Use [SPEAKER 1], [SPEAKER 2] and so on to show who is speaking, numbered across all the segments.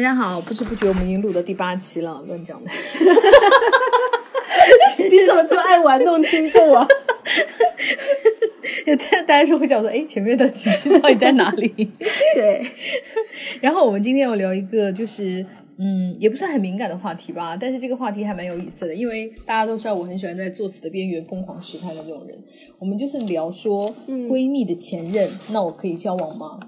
[SPEAKER 1] 大家好，不知不觉我们已经录到第八期了，乱讲的。
[SPEAKER 2] 你怎么这么爱玩弄听众 啊？
[SPEAKER 1] 大大家就会讲说，哎，前面的几期到底在哪里？
[SPEAKER 2] 对，
[SPEAKER 1] 然后我们今天要聊一个，就是嗯，也不算很敏感的话题吧，但是这个话题还蛮有意思的，因为大家都知道我很喜欢在作词的边缘疯狂试探的这种人。我们就是聊说
[SPEAKER 2] 嗯
[SPEAKER 1] 闺蜜的前任，那我可以交往吗？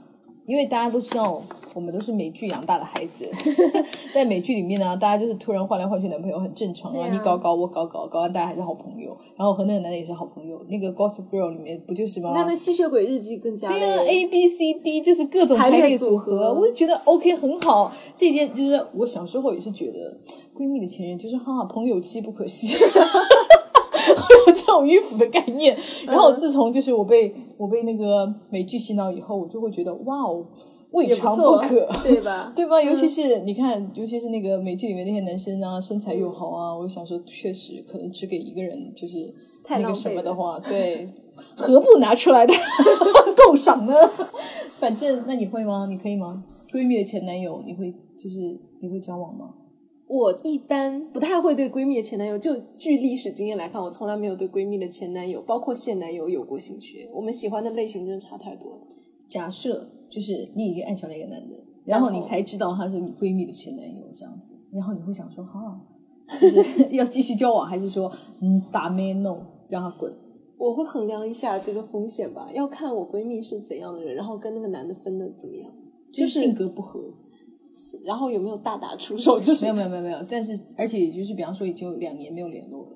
[SPEAKER 1] 因为大家都知道，我们都是美剧养大的孩子， 在美剧里面呢，大家就是突然换来换去男朋友很正常
[SPEAKER 2] 对
[SPEAKER 1] 啊，
[SPEAKER 2] 啊
[SPEAKER 1] 你搞搞我搞搞，搞完大家还是好朋友，然后和那个男的也是好朋友。那个 Gossip Girl 里面不就是吗？
[SPEAKER 2] 你看那吸血鬼日记更加
[SPEAKER 1] 对啊哎呀、
[SPEAKER 2] 嘞
[SPEAKER 1] a B C D 就是各种排
[SPEAKER 2] 排
[SPEAKER 1] 列
[SPEAKER 2] 列
[SPEAKER 1] 组
[SPEAKER 2] 组
[SPEAKER 1] 合，
[SPEAKER 2] 合
[SPEAKER 1] 我就觉得 OK 很好。这件就是我小时候也是觉得闺蜜的前任就是哈哈朋友妻不可惜， 会有这种迂腐的概念。然
[SPEAKER 2] 嗯
[SPEAKER 1] 后自从就是我被我被那个美剧洗脑以后，我就会觉得哇哦，未
[SPEAKER 2] 也
[SPEAKER 1] 尝
[SPEAKER 2] 不错
[SPEAKER 1] 可。
[SPEAKER 2] 对吧？
[SPEAKER 1] 对吧？尤其是、你看，尤其是那个美剧里面那些男生啊，身材又好啊，我就想说，确实可能只给一个人就是
[SPEAKER 2] 太
[SPEAKER 1] 那个
[SPEAKER 2] 浪
[SPEAKER 1] 什
[SPEAKER 2] 费
[SPEAKER 1] 么的
[SPEAKER 2] 了
[SPEAKER 1] 话，对，何不拿出来的够赏 呢？反正那你会吗？你可以吗？闺蜜的前男友，你会就是你会交往吗？
[SPEAKER 2] 我一般不太会对闺蜜的前男友，就据历史经验来看，我从来没有对闺蜜的前男友，包括现男友有过兴趣。我们喜欢的类型真的差太多了。
[SPEAKER 1] 假设就是你已经爱上了一个男的，然后
[SPEAKER 2] 然
[SPEAKER 1] 你
[SPEAKER 2] 后
[SPEAKER 1] 才知道他是你闺蜜的前男友这样子，然后你会想说哈，就是 要继续交往，还是说嗯打 man no 让他滚？
[SPEAKER 2] 我会衡量一下这个风险吧，要看我闺蜜是怎样的人，然后跟那个男的分的怎么样，
[SPEAKER 1] 就
[SPEAKER 2] 就是是
[SPEAKER 1] 性格不合。
[SPEAKER 2] 然后有没有大打出手，就是
[SPEAKER 1] 没有没有没有没有，但是而且也就是比方说已经有两年没有联络了，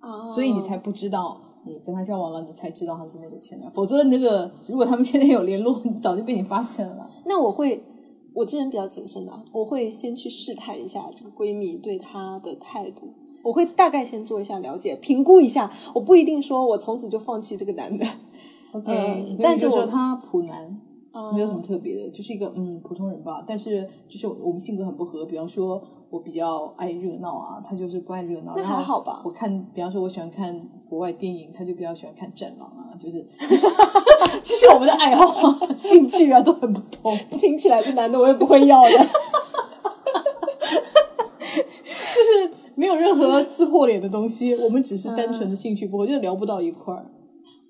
[SPEAKER 2] 啊，
[SPEAKER 1] 所以你才不知道你跟他交往了，你才知道他是那个前男友。否则那个如果他们现在有联络， 早就被你发现了。
[SPEAKER 2] 那我会，我这人比较谨慎的，我会先去试探一下这个闺蜜对她的态度，我会大概先做一下了解，评估一下，我不一定说我从此就放弃这个男的，
[SPEAKER 1] OK，、
[SPEAKER 2] 嗯
[SPEAKER 1] 你
[SPEAKER 2] 但是
[SPEAKER 1] 就说
[SPEAKER 2] 我
[SPEAKER 1] 他普男，
[SPEAKER 2] 啊
[SPEAKER 1] 没有什么特别的，就是一个嗯普通人吧。但是就是我们性格很不合，比方说我比较爱热闹啊，他就是不爱热闹。
[SPEAKER 2] 那
[SPEAKER 1] 然后
[SPEAKER 2] 还好吧
[SPEAKER 1] 我看，比方说我喜欢看国外电影，他就比较喜欢看《战狼》啊，就是 其实我们的爱好、 啊、兴趣啊都很不同。
[SPEAKER 2] 听起来这男的我也不会要的。
[SPEAKER 1] 就是没有任何撕破脸的东西，我们只是单纯的兴趣不合，就聊不到一块儿。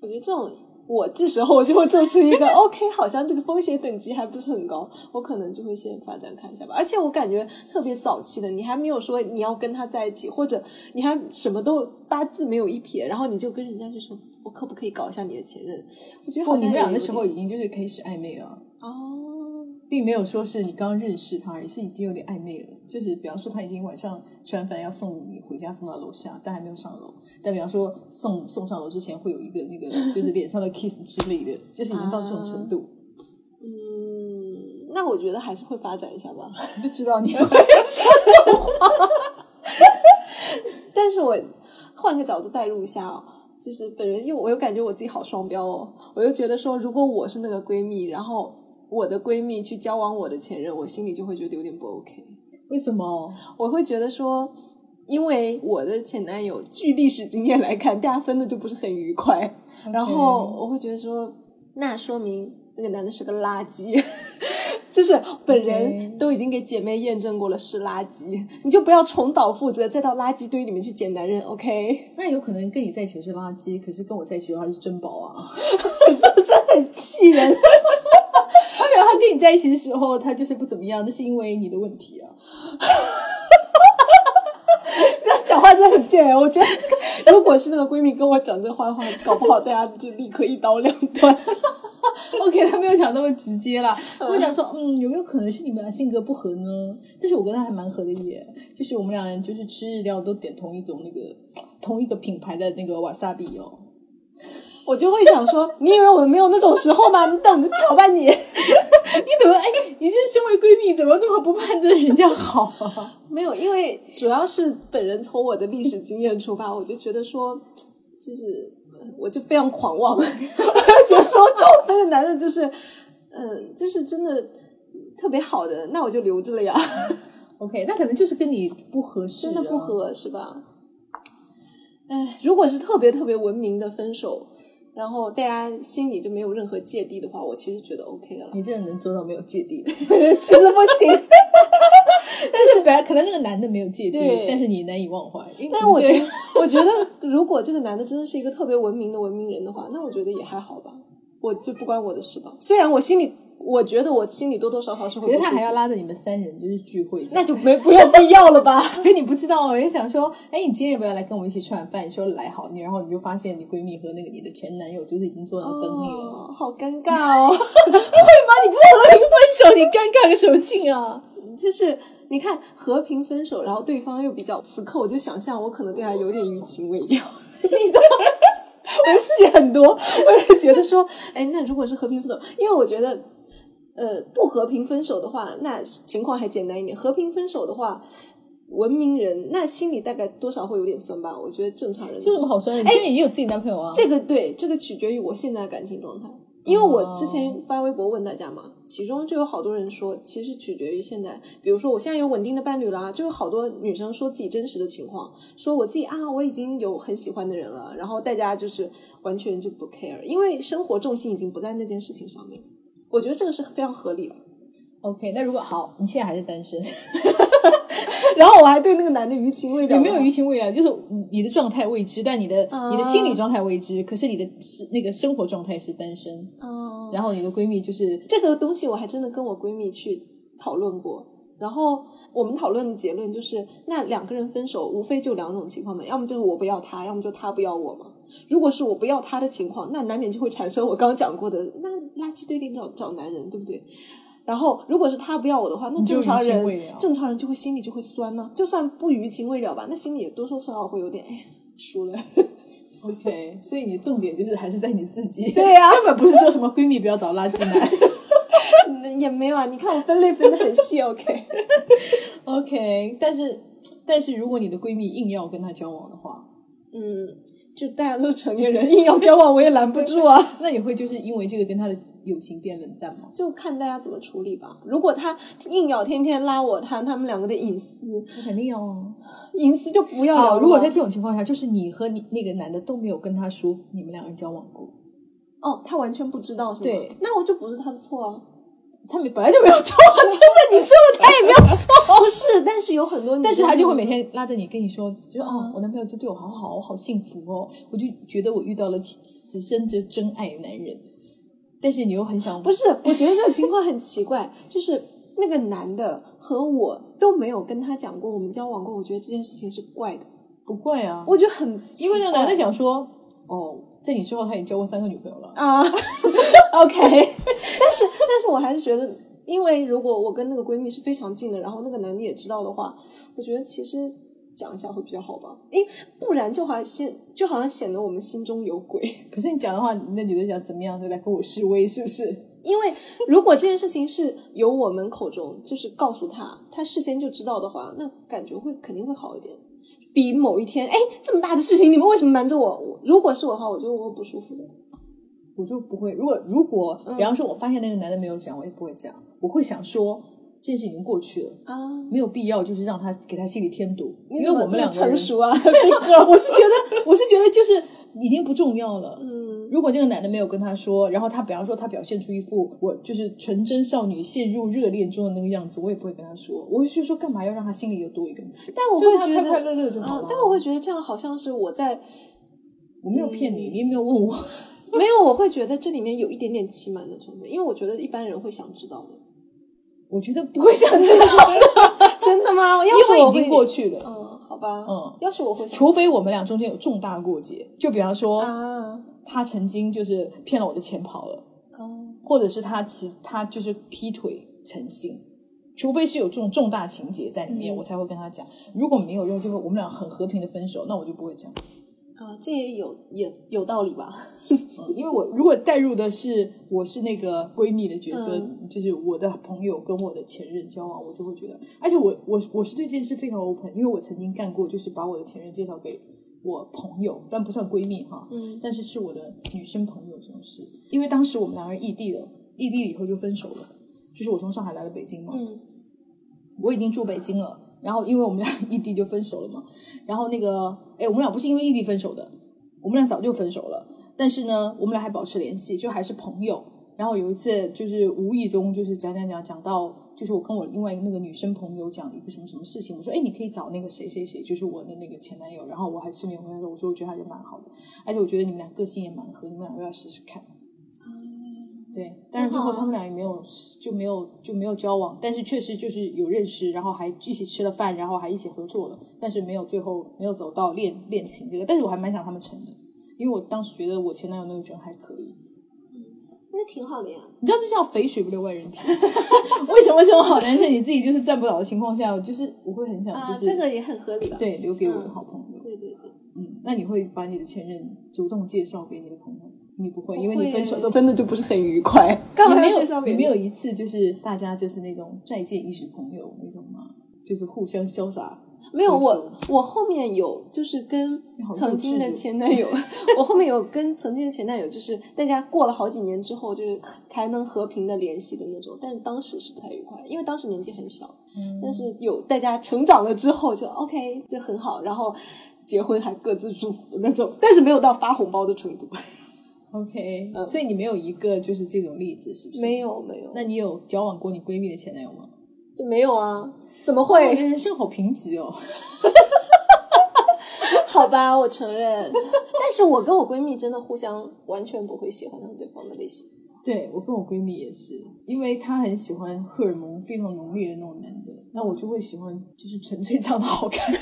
[SPEAKER 2] 我觉得这种，我这时候我就会做出一 个 OK，好像这个风险等级还不是很高，我可能就会先发展看一下吧。而且我感觉特别早期的，你还没有说你要跟他在一起，或者你还什么都八字没有一撇，然后你就跟人家就说，我可不可以搞一下你的前任？我觉得好
[SPEAKER 1] 不，
[SPEAKER 2] 像
[SPEAKER 1] 你们俩那
[SPEAKER 2] 的
[SPEAKER 1] 时候已经就是开始暧昧了，
[SPEAKER 2] 哦，
[SPEAKER 1] 并没有说是你刚认识他，而是已经有点暧昧了。就是比方说他已经晚上吃完饭要送你回家，送到楼下，但还没有上楼。但比方说送送上楼之前会有一个那个就是脸上的 kiss 之类的，就是已经到这种程度，
[SPEAKER 2] 嗯，那我觉得还是会发展一下吧。
[SPEAKER 1] 你就知道你会
[SPEAKER 2] 但是我换个角度代入一下哦，就是本人，因为我又感觉我自己好双标哦，我又觉得说，如果我是那个闺蜜，然后我的闺蜜去交往我的前任，我心里就会觉得有点不 OK，
[SPEAKER 1] 为什么？
[SPEAKER 2] 我会觉得说。因为我的前男友，据历史经验来看，大家分的就不是很愉快。然后我会觉得说，那说明那个男的是个垃圾， 就是本
[SPEAKER 1] OK
[SPEAKER 2] 人都已经给姐妹验证过了是垃圾，你就不要重蹈覆辙，再到垃圾堆里面去捡男人，OK？
[SPEAKER 1] 那有可能跟你在一起的是垃圾，可是跟我在一起的话是珍宝啊。
[SPEAKER 2] 真的很气人。
[SPEAKER 1] 他表他跟你在一起的时候，他就是不怎么样，那是因为你的问题啊。
[SPEAKER 2] 他讲话真的很贱，我觉得 如果是那个闺蜜跟我讲这话的话，搞不好大家就立刻一刀两断。
[SPEAKER 1] OK，他没有讲那么直接啦，我讲说，嗯，有没有可能是你们俩性格不合呢？但是我跟他还蛮合的耶，就是我们俩人就是吃日料都点同一种那个同一个品牌的那个瓦萨比哦。
[SPEAKER 2] 我就会想说，你以为我们没有那种时候吗？你等着瞧吧你。
[SPEAKER 1] 你怎么哎？你这身为闺蜜，怎么那么不盼着人家好啊？
[SPEAKER 2] 没有，因为主要是本人从我的历史经验出发，我就觉得说，就是呃我就非常狂妄，我 就说高分的男的就是，嗯、就是真的特别好的，那我就留着了呀，
[SPEAKER 1] OK，那可能就是跟你不合适、啊
[SPEAKER 2] 真的不。合是吧？哎，如果是特别特别文明的分手，然后大家心里就没有任何芥蒂的话，我其实觉得 OK 的了。
[SPEAKER 1] 你真的能做到没有芥蒂，
[SPEAKER 2] 其实不行，
[SPEAKER 1] 但是本来可能那个男的没有芥蒂
[SPEAKER 2] 对，
[SPEAKER 1] 但是你难以忘怀。因为
[SPEAKER 2] 但是我
[SPEAKER 1] 你
[SPEAKER 2] 觉得，我觉得如果这个男的真的是一个特别文明的文明人的话，那我觉得也还好吧，我就不关我的事吧。虽然我心里，我觉得我心里多多少少是会
[SPEAKER 1] 觉得
[SPEAKER 2] 不
[SPEAKER 1] 他
[SPEAKER 2] 舒
[SPEAKER 1] 还要
[SPEAKER 2] 服
[SPEAKER 1] 拉着你们三人就是聚会这样，
[SPEAKER 2] 那就没不用必要 了吧？
[SPEAKER 1] 可是你不知道，我也想说，哎，你今天要不要来跟我们一起吃晚饭？你说来好，你然后你就发现你闺蜜和那个你的前男友就是已经坐在那等你了。
[SPEAKER 2] 哦，好尴尬哦。
[SPEAKER 1] 妈，你不是和平分手，你尴尬个什么劲 啊？
[SPEAKER 2] 就是你看和平分手，然后对方又比较，此刻我就想象我可能对他有点余情未了，你知道。我戏很多，我也觉得说，哎，那如果是和平分手，因为我觉得，呃，不和平分手的话，那情况还简单一点；和平分手的话，文明人那心里大概多少会有点酸吧。我觉得正常人
[SPEAKER 1] 有什么好酸的？你现在也有自己男朋友啊？
[SPEAKER 2] 哎这个对，这个取决于我现在的感情状态。因为我之
[SPEAKER 1] 哦
[SPEAKER 2] 前发微博问大家嘛，其中就有好多人说，其实取决于现在，比如说我现在有稳定的伴侣啦，就有好多女生说自己真实的情况，说我自己啊，我已经有很喜欢的人了，然后大家就是完全就不 care，因为生活重心已经不在那件事情上面，我觉得这个是非常合理的。
[SPEAKER 1] OK，那如果好，你现在还是单身，你
[SPEAKER 2] 然后我还对那个男的余情未了，
[SPEAKER 1] 没有余情未了，就是你的状态未知，但你的、
[SPEAKER 2] 啊
[SPEAKER 1] 你的心理状态未知，可是你的是那个生活状态是单身，
[SPEAKER 2] 哦，
[SPEAKER 1] 然后你的闺蜜就是
[SPEAKER 2] 这个东西我还真的跟我闺蜜去讨论过，然后我们讨论的结论就是，那两个人分手无非就两种情况嘛，要么就是我不要他，要么就他不要我嘛。如果是我不要他的情况，那难免就会产生我刚刚讲过的那垃圾堆里找找男人，对不对？然后如果是他不要我的话，那
[SPEAKER 1] 你就
[SPEAKER 2] 正常
[SPEAKER 1] 余情未
[SPEAKER 2] 人
[SPEAKER 1] 了
[SPEAKER 2] 正常人就会心里就会酸呢、就算不余情未了吧，那心里也多多少少会有点哎呀输了。
[SPEAKER 1] OK，所以你的重点就是还是在你自己，
[SPEAKER 2] 对呀
[SPEAKER 1] 根本不是说什么闺蜜不要找垃圾男。
[SPEAKER 2] 也没有啊，你看我分类分的很细，OK。
[SPEAKER 1] OK，但是但是如果你的闺蜜硬要跟他交往的话，
[SPEAKER 2] 嗯，就大家都是成 年人，硬要交往我也拦不住啊。
[SPEAKER 1] 那你会就是因为这个跟他的友情变冷淡吗？
[SPEAKER 2] 就看大家怎么处理吧。如果他硬要天天拉我他，他们两个的隐私，
[SPEAKER 1] 那肯定要啊。
[SPEAKER 2] 隐私就不要
[SPEAKER 1] 哦，
[SPEAKER 2] 聊了。
[SPEAKER 1] 如果在这种情况下，就是你和你那个男的都没有跟他说你们两个人交往过，
[SPEAKER 2] 哦，他完全不知道是吗？
[SPEAKER 1] 对，
[SPEAKER 2] 那我就不是他的错啊。
[SPEAKER 1] 他们本来就没有错，就是你说的他也没有错，
[SPEAKER 2] 不是，但是有很多女生，
[SPEAKER 1] 但是他就会每天拉着你跟你说，就说哦，我男朋友就对我好好，我好幸福哦，我就觉得我遇到了此此生之真爱男人，但是你又很想
[SPEAKER 2] 不是，我觉得这个情况很奇怪，就是那个男的和我都没有跟他讲过我们交往过，我觉得这件事情是怪的，
[SPEAKER 1] 不怪啊，
[SPEAKER 2] 我觉得很奇
[SPEAKER 1] 因为那个男
[SPEAKER 2] 怪
[SPEAKER 1] 的讲说，哦，在你之后他已经交过三个女朋友了，
[SPEAKER 2] 啊，OK，但是但是我还是觉得，因为如果我跟那个闺蜜是非常近的，然后那个男的也知道的话，我觉得其实讲一下会比较好吧，因不然就好像显就好像显得我们心中有鬼。
[SPEAKER 1] 可是你讲的话，你那女的想怎么样，就来跟我示威，是不是？
[SPEAKER 2] 因为如果这件事情是由我们口中就是告诉他，他事先就知道的话，那感觉会肯定会好一点。比某一天，哎，这么大的事情，你们为什么瞒着我？我如果是我的话，我觉得我会不舒服的。
[SPEAKER 1] 我就不会。如果如果，
[SPEAKER 2] 嗯
[SPEAKER 1] 比方说我发现那个男的没有讲，我也不会讲，我会想说这件事已经过去了，
[SPEAKER 2] 啊，
[SPEAKER 1] 没有必要就是让他给他心里添堵，因
[SPEAKER 2] 你
[SPEAKER 1] 为
[SPEAKER 2] 怎么
[SPEAKER 1] 我们
[SPEAKER 2] 这
[SPEAKER 1] 两
[SPEAKER 2] 么
[SPEAKER 1] 个人
[SPEAKER 2] 成，熟啊，
[SPEAKER 1] 我是觉得我是觉得就是已经不重要了。
[SPEAKER 2] 嗯。
[SPEAKER 1] 如果这个男的没有跟他说，然后他比方说他表现出一副我就是纯真少女陷入热恋中的那个样子，我也不会跟他说，我会去说干嘛要让他心里有多一个女人？
[SPEAKER 2] 但我
[SPEAKER 1] 就是
[SPEAKER 2] 会
[SPEAKER 1] 他
[SPEAKER 2] 觉
[SPEAKER 1] 快
[SPEAKER 2] 得
[SPEAKER 1] 快乐啊乐就好
[SPEAKER 2] 嗯
[SPEAKER 1] 了。
[SPEAKER 2] 但我会觉得这样好像是我在
[SPEAKER 1] 哦我没有骗你，你也没有问我。
[SPEAKER 2] 没有，我会觉得这里面有一点点欺瞒的成分，因为我觉得一般人会想知道的。
[SPEAKER 1] 我觉得不会想知道，
[SPEAKER 2] 真的吗？要
[SPEAKER 1] 因
[SPEAKER 2] 是
[SPEAKER 1] 为
[SPEAKER 2] 我
[SPEAKER 1] 已经
[SPEAKER 2] 会
[SPEAKER 1] 过，去了。
[SPEAKER 2] 嗯，好吧，
[SPEAKER 1] 嗯，
[SPEAKER 2] 要是我会想
[SPEAKER 1] 除非我们俩中间有重大过节，就比方说、
[SPEAKER 2] 啊，
[SPEAKER 1] 他曾经就是骗了我的钱跑了，
[SPEAKER 2] 哦，
[SPEAKER 1] 或者是他其他就是劈腿成性，除非是有这种重大情节在里面，我才会跟他讲。如果没有用，就是我们俩很和平的分手，那我就不会讲。
[SPEAKER 2] 啊，这也有也有道理吧？
[SPEAKER 1] 嗯因为我如果带入的是我是那个闺蜜的角色，
[SPEAKER 2] 嗯
[SPEAKER 1] 就是我的朋友跟我的前任交往，我就会觉得，而且我我我是对这件事非常 open，因为我曾经干过，就是把我的前任介绍给我朋友，但不算闺蜜哈，
[SPEAKER 2] 嗯
[SPEAKER 1] 但是是我的女生朋友这种事，因为当时我们两个人异地了，异地以后就分手了，就是我从上海来了北京嘛，
[SPEAKER 2] 嗯
[SPEAKER 1] 我已经住北京了，然后因为我们俩 异地就分手了嘛，然后那个，哎，我们俩不是因为异地分手的，我们俩早就分手了。但是呢，我们俩还保持联系，就还是朋友。然后有一次就是无意中就是讲讲讲讲到，就是我跟我另外一个那个女生朋友讲一个什么什么事情，我说哎，你可以找那个谁谁谁，就是我的那个前男友。然后我还顺便跟他说，我说我觉得他人蛮好的，而且我觉得你们俩个性也蛮合，你们俩要试试看。
[SPEAKER 2] 嗯
[SPEAKER 1] 对，但是最
[SPEAKER 2] 啊
[SPEAKER 1] 后他们俩也没有，就没有就没有交往，但是确实就是有认识，然后还一起吃了饭，然后还一起合作了，但是没有最后没有走到恋恋情这个，但是我还蛮想他们成的，因为我当时觉得我前男友那个人还可以，
[SPEAKER 3] 那挺好的呀。
[SPEAKER 1] 你知道这叫肥水不流外人 田，为什么这种好男生你自己就是站不倒的情况下，我就是我会很想
[SPEAKER 2] 啊
[SPEAKER 1] 就，是、
[SPEAKER 2] 这个也很合理吧？
[SPEAKER 1] 对留给我的好朋友，
[SPEAKER 3] 对对对，
[SPEAKER 1] 嗯，那你会把你的前任主动介绍给你的朋友？你不会，因为
[SPEAKER 2] 不会
[SPEAKER 1] 你分手
[SPEAKER 2] 耶
[SPEAKER 1] 都
[SPEAKER 2] 真的就不是很愉快。 干
[SPEAKER 1] 你
[SPEAKER 2] 嘛
[SPEAKER 1] 没
[SPEAKER 2] 要
[SPEAKER 1] 有
[SPEAKER 2] 介绍给
[SPEAKER 1] 你
[SPEAKER 2] 你
[SPEAKER 1] 没有一次就是大家就是那种再见亦是朋友那种吗？就是互相潇洒。
[SPEAKER 2] 没有，
[SPEAKER 1] 分手
[SPEAKER 2] 我我后面有就是跟
[SPEAKER 1] 你好幼稚
[SPEAKER 2] 曾经的前男友， 我后面有跟曾经的前男友，就是大家过了好几年之后，就是还能和平的联系的那种。但是当时是不太愉快，因为当时年纪很小。但是有大家成长了之后就 OK，就很好。然后结婚还各自祝福那种，但是没有到发红包的程度。
[SPEAKER 1] OK，、
[SPEAKER 2] 嗯
[SPEAKER 1] 所以你没有一个就是这种例子，是不是？
[SPEAKER 2] 没。有没有，
[SPEAKER 1] 那你有交往过你闺蜜的前男友吗？
[SPEAKER 2] 没有啊？怎么
[SPEAKER 1] 我的
[SPEAKER 2] 会？
[SPEAKER 1] 人生好贫瘠哦。
[SPEAKER 2] 好吧，我承认。但是我跟我闺蜜真的互相完全不会喜欢上对方的类型。
[SPEAKER 1] 对我跟我闺蜜也是，因为她很喜欢荷尔蒙非常浓烈的那种男的，那我就会喜欢就是纯粹长得好看的。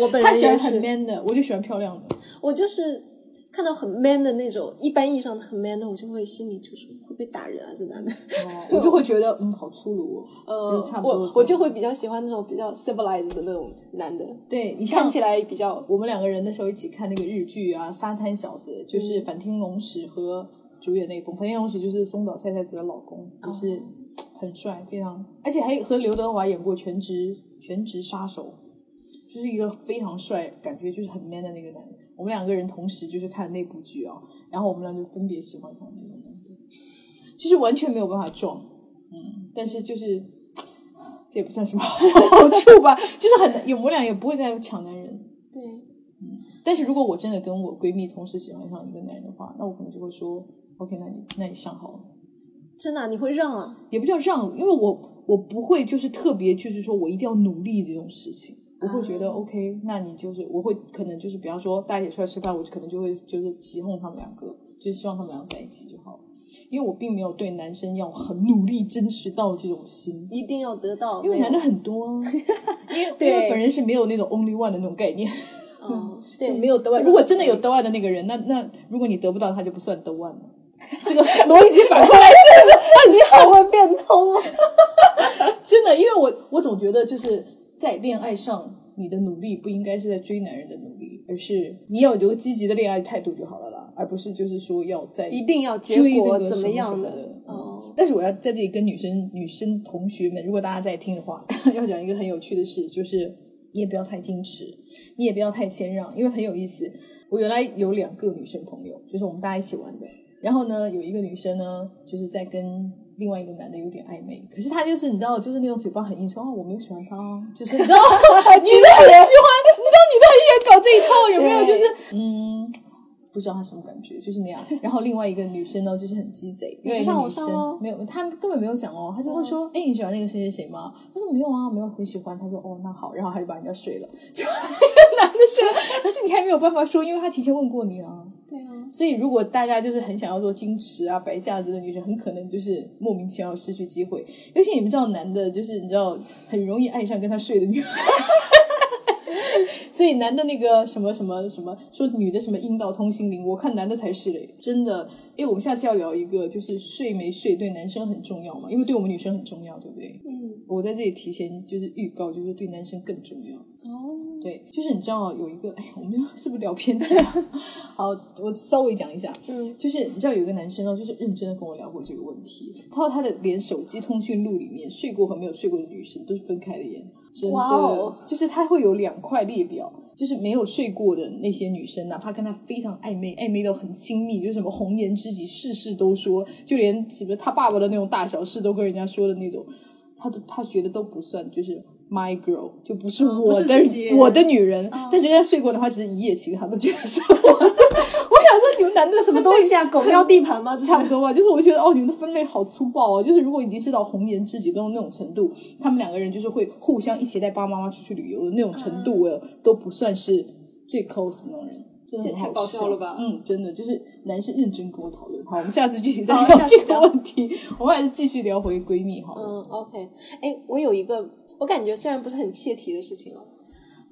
[SPEAKER 2] 我 本
[SPEAKER 1] 她
[SPEAKER 2] 人
[SPEAKER 1] 喜
[SPEAKER 2] 也
[SPEAKER 1] 欢很
[SPEAKER 2] 是，
[SPEAKER 1] man 的，我就喜欢漂亮的。
[SPEAKER 2] 我就是看到很 man 的那种，一般意义上的很 man 的，我就会心里就是会被打人啊，在哪里？
[SPEAKER 1] 哦我就会觉得嗯，好粗鲁哦。
[SPEAKER 2] 呃
[SPEAKER 1] 就是差，不多这
[SPEAKER 2] 我
[SPEAKER 1] 样
[SPEAKER 2] 我就会比较喜欢那种比较 civilized 的那种男的，
[SPEAKER 1] 对你像
[SPEAKER 2] 看起来比较
[SPEAKER 1] 我们两个人那时候一起看那个日剧啊，《沙滩小子》，就是反町隆史和主演那一封。反町隆史就是松岛菜菜子的老公，就是很帅，非常，而且还和刘德华演过《全职全职杀手》，就是一个非常帅，感觉就是很 man 的那个男人。我们两个人同时就是看那部剧啊，然后我们俩就分别喜欢上那个男的，就是完全没有办法撞，嗯，但是就是。这也不算什么好处吧，就是很，也我们俩也不会再抢男人，
[SPEAKER 2] 对。
[SPEAKER 1] 但是如果我真的跟我闺蜜同时喜欢上一个男人的话，那我可能就会说，OK，那你那你上好了，
[SPEAKER 2] 真的啊、你会让啊？
[SPEAKER 1] 也不叫让，因为我我不会就是特别就是说我一定要努力这种事情，我会觉得、OK，那你就是我会可能就是比方说大家一起出来吃饭，我可能就会就是起哄他们两个，就是希望他们两个在一起就好了，因为我并没有对男生要很努力争取到这种心。
[SPEAKER 2] 一定要得到，
[SPEAKER 1] 因为
[SPEAKER 2] 没有
[SPEAKER 1] 男的很多、啊，因为因
[SPEAKER 2] 对
[SPEAKER 1] 为本人是没有那种 only one 的那种概念，
[SPEAKER 2] 嗯，
[SPEAKER 1] 就
[SPEAKER 2] 对，
[SPEAKER 1] 没有兜
[SPEAKER 2] 这
[SPEAKER 1] 腕。
[SPEAKER 2] 个
[SPEAKER 1] 如果真 的有兜腕的那个人，那那如果你得不到他，就不算兜腕了。 这个逻辑反过来是不是很你好会变通啊？真的，因为我我总觉得就是在恋爱上，你的努力不应该是在追男人的努力，而是你要有个积极的恋爱态度就好了啦，而不是就是说要在
[SPEAKER 2] 一定要结
[SPEAKER 1] 追
[SPEAKER 2] 果
[SPEAKER 1] 那个
[SPEAKER 2] 怎
[SPEAKER 1] 什
[SPEAKER 2] 么
[SPEAKER 1] 么什
[SPEAKER 2] 样
[SPEAKER 1] 么
[SPEAKER 2] 的
[SPEAKER 1] 的，嗯
[SPEAKER 2] 哦，
[SPEAKER 1] 但是我要在这里跟女生、女生同学们，如果大家在听的话， 要讲一个很有趣的事，就是你也不要太矜持，你也不要太谦让，因为很有意思。我原来有两个女生朋友，就是我们大家一起玩的。然后呢，有一个女生呢，就是在跟另外一个男的有点暧昧，可是她就是你知道，就是那种嘴巴很硬，说啊我没有喜欢他啊，就是 你知道，女的很喜欢，你知道女的很喜欢搞这一套，有没有？
[SPEAKER 2] 对
[SPEAKER 1] 就是嗯。不知道她什么感觉，就是那样。然后另外一个女生呢，就是很鸡贼，因为
[SPEAKER 2] 你不上
[SPEAKER 1] 女
[SPEAKER 2] 我上
[SPEAKER 1] 生
[SPEAKER 2] 喽
[SPEAKER 1] 没有，她根本没有讲哦，她就会说，哎、你喜欢那个谁谁谁吗？她说没有啊，没有很喜欢。她说哦，那好，然后她就把人家睡了， 就男的睡了， 而且你还没有办法说，因为他提前问过你啊。
[SPEAKER 2] 对啊，
[SPEAKER 1] 所以，如果大家就是很想要做矜持啊、摆架子的女生，很可能就是莫名其妙失去机会。尤其你们知道，男的就是你知道很容易爱上跟他睡的女孩。 所以男的那个什么什么什么，说女的什么阴道通心灵，我看男的才是嘞，真的。因为我们下次要聊一个，就是睡没睡对男生很重要嘛，因为对我们女生很重要，对不对？
[SPEAKER 2] 嗯，
[SPEAKER 1] 我在这里提前就是预告，就是对男生更重要。
[SPEAKER 2] 哦，
[SPEAKER 1] 对，就是你知道有一个，哎，我们是不是聊偏题了？啊 好，我稍微讲一下，
[SPEAKER 2] 嗯，
[SPEAKER 1] 就是你知道有一个男生哦，就是认真的跟我聊过这个问题，他说他的连手机通讯录里面睡过和没有睡过的女生都是分开的耶，真的，
[SPEAKER 2] 哇哦
[SPEAKER 1] 就是他会有两块列表。就是没有睡过的那些女生，哪怕跟他非常暧昧，暧昧到很亲密，就是什么红颜知己，事事都说，就连什么他爸爸的那种大小事都跟人家说的那种，他都他觉得都不算，就是 my girl，就不是我
[SPEAKER 2] 不是
[SPEAKER 1] 的、
[SPEAKER 2] 自己人
[SPEAKER 1] 我的女人。但是跟他睡过的话，只是一夜情，他都觉得是我的。我想说，你们男的
[SPEAKER 4] 什么东 西啊？狗尿地盘吗？这
[SPEAKER 1] 差不多吧，就是我觉得哦，你们的分类好粗暴哦。就是如果已经是到红颜知己都那种程度，他们两个人就是会互相一起带爸爸妈妈出去旅游的那种程度，我都不算是最 close 的那种人，真的
[SPEAKER 4] 这也
[SPEAKER 1] 很好
[SPEAKER 4] 太搞笑
[SPEAKER 1] 笑
[SPEAKER 4] 了吧
[SPEAKER 1] 嗯，真的就是男生认真跟我讨论。好，我们下次具体再
[SPEAKER 4] 好
[SPEAKER 1] 聊
[SPEAKER 4] 下次
[SPEAKER 1] 这个
[SPEAKER 4] 聊
[SPEAKER 1] 问题，我们还是继续聊回闺蜜好了。
[SPEAKER 4] 嗯，
[SPEAKER 2] 嗯，OK，哎，我有一个，我感觉虽然不是很切题的事情哦，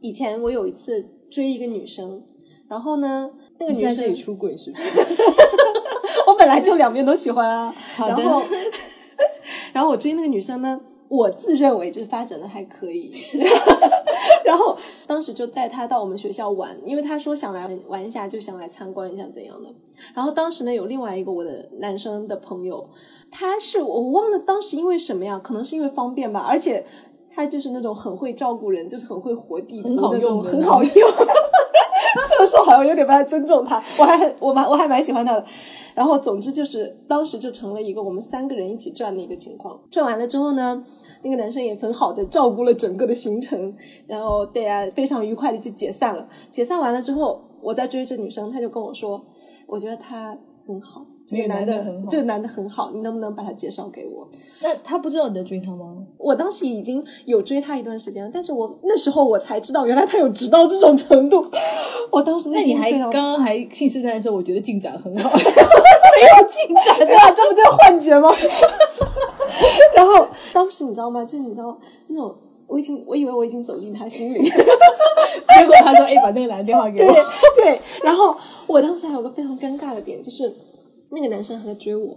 [SPEAKER 2] 以前我有一次追一个女生，然后呢，那个
[SPEAKER 1] 你
[SPEAKER 2] 女
[SPEAKER 1] 现在这
[SPEAKER 2] 生
[SPEAKER 1] 里出轨是不是？
[SPEAKER 4] 我本来就两边都喜欢啊。
[SPEAKER 1] 的
[SPEAKER 4] 然后，然后我追那个女生呢，
[SPEAKER 2] 我自认为就是发展的还可以， 然后当时就带她到我们学校玩，因为她说想来玩一下，就想来参观一下怎样的。然后当时呢，有另外一个我的男生的朋友，他是我忘了当时因为什么呀，可能是因为方便吧，而且他就是那种很会照顾人，就是很会活地图
[SPEAKER 1] 很好
[SPEAKER 2] 那种
[SPEAKER 1] 用的
[SPEAKER 2] 很好 用。
[SPEAKER 4] 这么说好像有点不太尊重她，我还很我蛮我还蛮喜欢她的。
[SPEAKER 2] 然后总之就是当时就成了一个我们三个人一起转的一个情况。转完了之后呢，那个男生也很好的照顾了整个的行程，然后大家非常愉快的就解散了。解散完了之后，我在追这女生，她就跟我说，我觉得他很好。这个
[SPEAKER 1] 那个
[SPEAKER 2] 男
[SPEAKER 1] 男
[SPEAKER 2] 的，
[SPEAKER 1] 的很好
[SPEAKER 2] 这个男的很好，你能不能把他介绍给我？
[SPEAKER 1] 那他不知道你在追他吗？
[SPEAKER 2] 我当时已经有追他一段时间了，但是我那时候我才知道，原来他有直到这种程度。 我当时
[SPEAKER 1] 那
[SPEAKER 2] 内
[SPEAKER 1] 你
[SPEAKER 2] 心
[SPEAKER 1] 还
[SPEAKER 2] 非常
[SPEAKER 1] 刚刚还信誓旦旦说，我觉得进展很好。
[SPEAKER 4] 进展对啊，这不就是幻觉吗？
[SPEAKER 2] 然后当时你知道吗？就是你知道那种，我已经我以为我已经走进他心里，
[SPEAKER 1] 结果他说：“哎，把那个男的电话给我。
[SPEAKER 2] 对。然后我当时还有个非常尴尬的点，就是那个男生还在追我，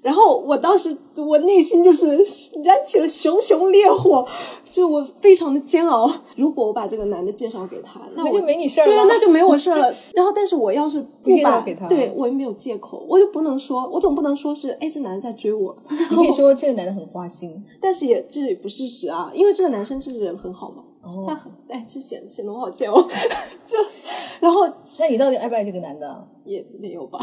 [SPEAKER 2] 然后我当时我内心就是燃起了熊熊烈火，就我非常的煎熬。如果我把这个男的介绍给他，那
[SPEAKER 1] 那
[SPEAKER 2] 我
[SPEAKER 1] 就没你事儿
[SPEAKER 2] 对啊
[SPEAKER 1] 了，
[SPEAKER 2] 那就没我事儿了。然后，但是我要是
[SPEAKER 1] 不
[SPEAKER 2] 不
[SPEAKER 1] 介绍
[SPEAKER 2] 把，
[SPEAKER 1] 给他
[SPEAKER 2] 对我也没有借口，我就不能说，我总不能说是哎这男的在追我，
[SPEAKER 1] 你可以说这个男的很花心，
[SPEAKER 2] 但是也这也不事实啊，因为这个男生就是人很好嘛，
[SPEAKER 1] 哦
[SPEAKER 2] 他很哎，这显显得我好贱哦， 就然后
[SPEAKER 1] 那你到底爱不爱这个男的 啊？
[SPEAKER 2] 也没有吧，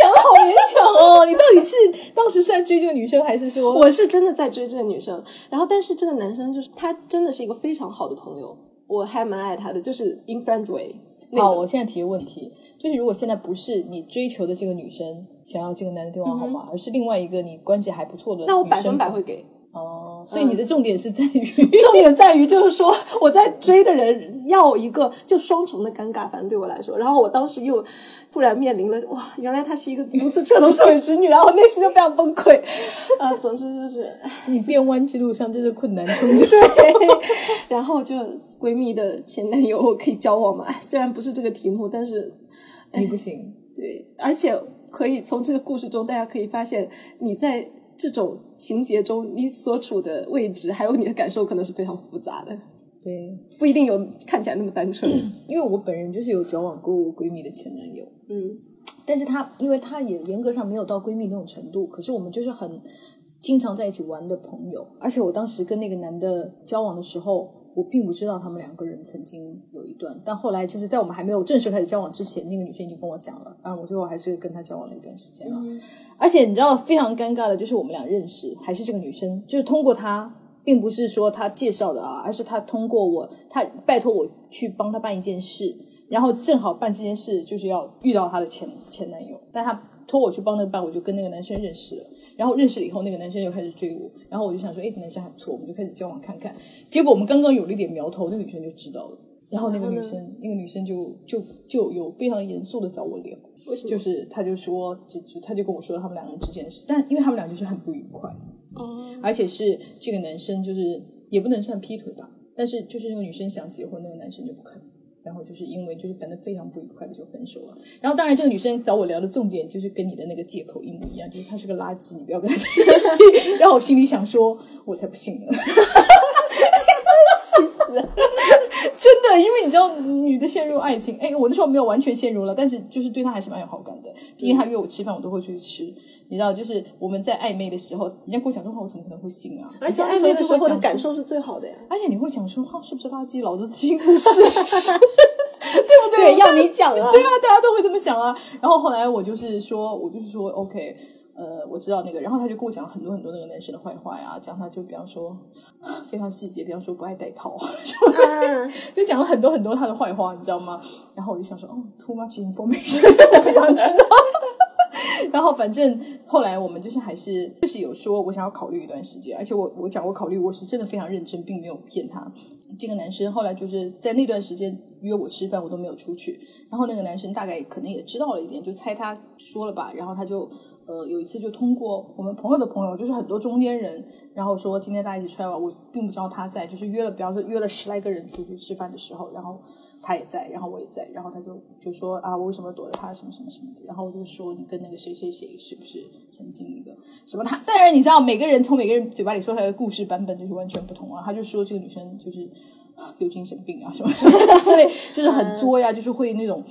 [SPEAKER 1] 讲的好勉强 哦，你到底是当时是在追这个女生，还是说
[SPEAKER 2] 我是真的在追这个女生，然后但是这个男生就是他真的是一个非常好的朋友，我还蛮爱他的，就是 in friends way 那
[SPEAKER 1] 好？
[SPEAKER 2] 种，
[SPEAKER 1] 我现在提个问题，就是如果现在不是你追求的这个女生想要这个男的电话号码，而是另外一个你关系还不错的，
[SPEAKER 2] 那我百分百会。给。
[SPEAKER 1] 哦，所以你的重点是在于
[SPEAKER 4] 重点在于就是说，
[SPEAKER 2] 我在追的人要一个就双重的尴尬，反正对我来说，然后我当时又突然面临了哇，原来他是一个如此彻头彻尾直女，然后内心就非常崩溃， 啊、总之就是 唉
[SPEAKER 1] 你变弯之路上真的困难重重。
[SPEAKER 2] 然后就闺蜜的前男友可以交往吗？虽然不是这个题目，但是
[SPEAKER 1] 你不行，
[SPEAKER 2] 对，而且可以从这个故事中，大家可以发现你在这种情节中，你所处的位置还有你的感受，可能是非常复杂的，
[SPEAKER 1] 对，
[SPEAKER 2] 不一定有看起来那么单纯。
[SPEAKER 1] 因为我本人就是有交往过我闺蜜的前男友，
[SPEAKER 2] 嗯，
[SPEAKER 1] 但是她因为她也严格上没有到闺蜜那种程度，可是我们就是很经常在一起玩的朋友。而且我当时跟那个男的交往的时候，我并不知道他们两个人曾经有一段，但后来就是在我们还没有正式开始交往之前，那个女生已经跟我讲了，啊，我最后还是跟她交往了一段时间了。而且你知道非常尴尬的就是我们俩认识，还是这个女生，就是通过她。并不是说她介绍的啊，而是她通过我，她拜托我去帮她办一件事，然后正好办这件事就是要遇到她的前前男友，但她托我去帮那个办，我就跟那个男生认识了。然后认识了以后，那个男生就开始追我，然后我就想说，哎，这男生还不错，我们就开始交往看看。结果我们刚刚有了一点苗头，那个女生就知道了，然后那个女生，那个女生就就就有非常严肃的找我聊，
[SPEAKER 2] 为什么？
[SPEAKER 1] 就是她就说，就就她就跟我说他们两个人之间的事，但因为他们俩就是很不愉快，
[SPEAKER 2] 哦，
[SPEAKER 1] 而且是这个男生就是也不能算劈腿吧，但是就是那个女生想结婚，那个男生就不肯。然后就是因为就是反正非常不愉快的就分手了。然后当然这个女生找我聊的重点就是跟你的那个借口一模一样，就是他是个垃圾，你不要跟他在一起。 然后我心里想说，我才不信呢。 真的，因为你知道，女的陷入爱情，哎，我那时候没有完全陷入了，但是就是对她还是蛮有好感的。毕竟她约我吃饭，我都会去吃。你知道，就是我们在暧昧的时候，人家跟我讲这种话，我怎么可能会信啊？
[SPEAKER 2] 而且
[SPEAKER 1] 你
[SPEAKER 2] 暧
[SPEAKER 1] 知道
[SPEAKER 2] 昧
[SPEAKER 1] 那
[SPEAKER 2] 的时候的
[SPEAKER 1] 受。
[SPEAKER 2] 感受是最好的呀。
[SPEAKER 1] 而且你会讲说，哈、是不是垃圾？老子亲自试一试，对不对？
[SPEAKER 2] 对要你讲啊
[SPEAKER 1] 对啊，大家都会这么想啊。然后后来我就是说，我就是说，OK，呃，我知道那个，然后他就跟我讲很多很多那个男生的坏话呀，讲他就比方说非常细节，比方说不爱戴套，就讲了很多很多他的坏话，你知道吗？然后我就想说，哦，too much information，我 不想知道。然后反正后来我们就是还是就是有说我想要考虑一段时间，而且我我讲我考虑我是真的非常认真，并没有骗他。这个男生后来就是在那段时间约我吃饭，我都没有出去。然后那个男生大概可能也知道了一点，就猜他说了吧。然后他就呃有一次就通过我们朋友的朋友，就是很多中间人，然后说今天大家一起出来玩，我并不知道他在，就是约了，比方说约了十来个人出去吃饭的时候，然后他也在，然后我也在，然后他就就说啊我为什么躲着他什么什么什么的，然后我就说你跟那个谁谁谁是不是曾经那个什么他，当然你知道每个人从每个人嘴巴里说出来的故事版本就是完全不同啊，他就说这个女生就是。有精神病啊什么之类，就是很作呀，就是会那种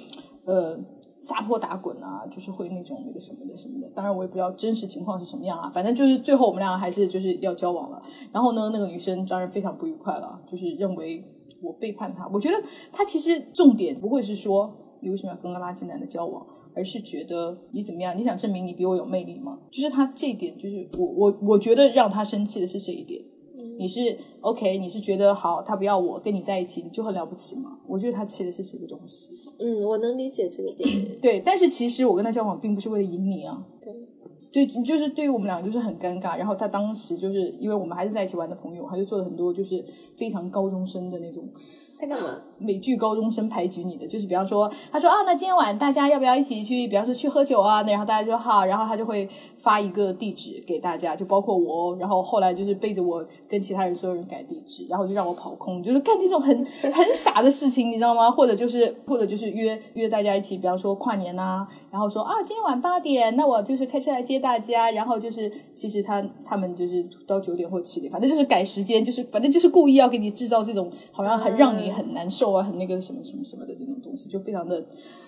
[SPEAKER 1] 呃撒泼打滚啊，就是会那种那个什么的什么的。当然我也不知道真实情况是什么样啊，反正就是最后我们俩还是就是要交往了。然后呢，那个女生当然非常不愉快了，就是认为我背叛她。我觉得她其实重点不会是说你为什么要跟个垃圾男的交往。而是觉得你怎么样？你想证明你比我有魅力吗？就是她这一点，就是我我我觉得让她生气的是这一点。你是 OK，你是觉得好，他不要我跟你在一起，你就很了不起吗？我觉得他气的是这个东西。
[SPEAKER 3] 嗯，我能理解这个点。
[SPEAKER 1] 对，但是其实我跟他交往并不是为了赢你啊。
[SPEAKER 3] 对，
[SPEAKER 1] 对，就是对于我们两个就是很尴尬。然后他当时就是因为我们还是在一起玩的朋友，他就做了很多就是非常高中生的那种
[SPEAKER 3] 他干嘛？
[SPEAKER 1] 美剧高中生排挤你的，就是比方说，他说啊，那今天晚大家要不要一起去，比方说去喝酒啊？那然后大家就好，然后他就会发一个地址给大家，就包括我哦。然后后来就是背着我跟其他人所有人改地址，然后就让我跑空，就是干这种很很傻的事情，你知道吗？或者就是或者就是约约大家一起，比方说跨年呐、然后说啊，今天晚八点，那我就是开车来接大家，然后就是其实他他们就是到九点或七点，反正就是改时间，就是反正就是故意要给你制造这种好像很让你很难受啊，很那个什么什么什么的这种东西，就非常的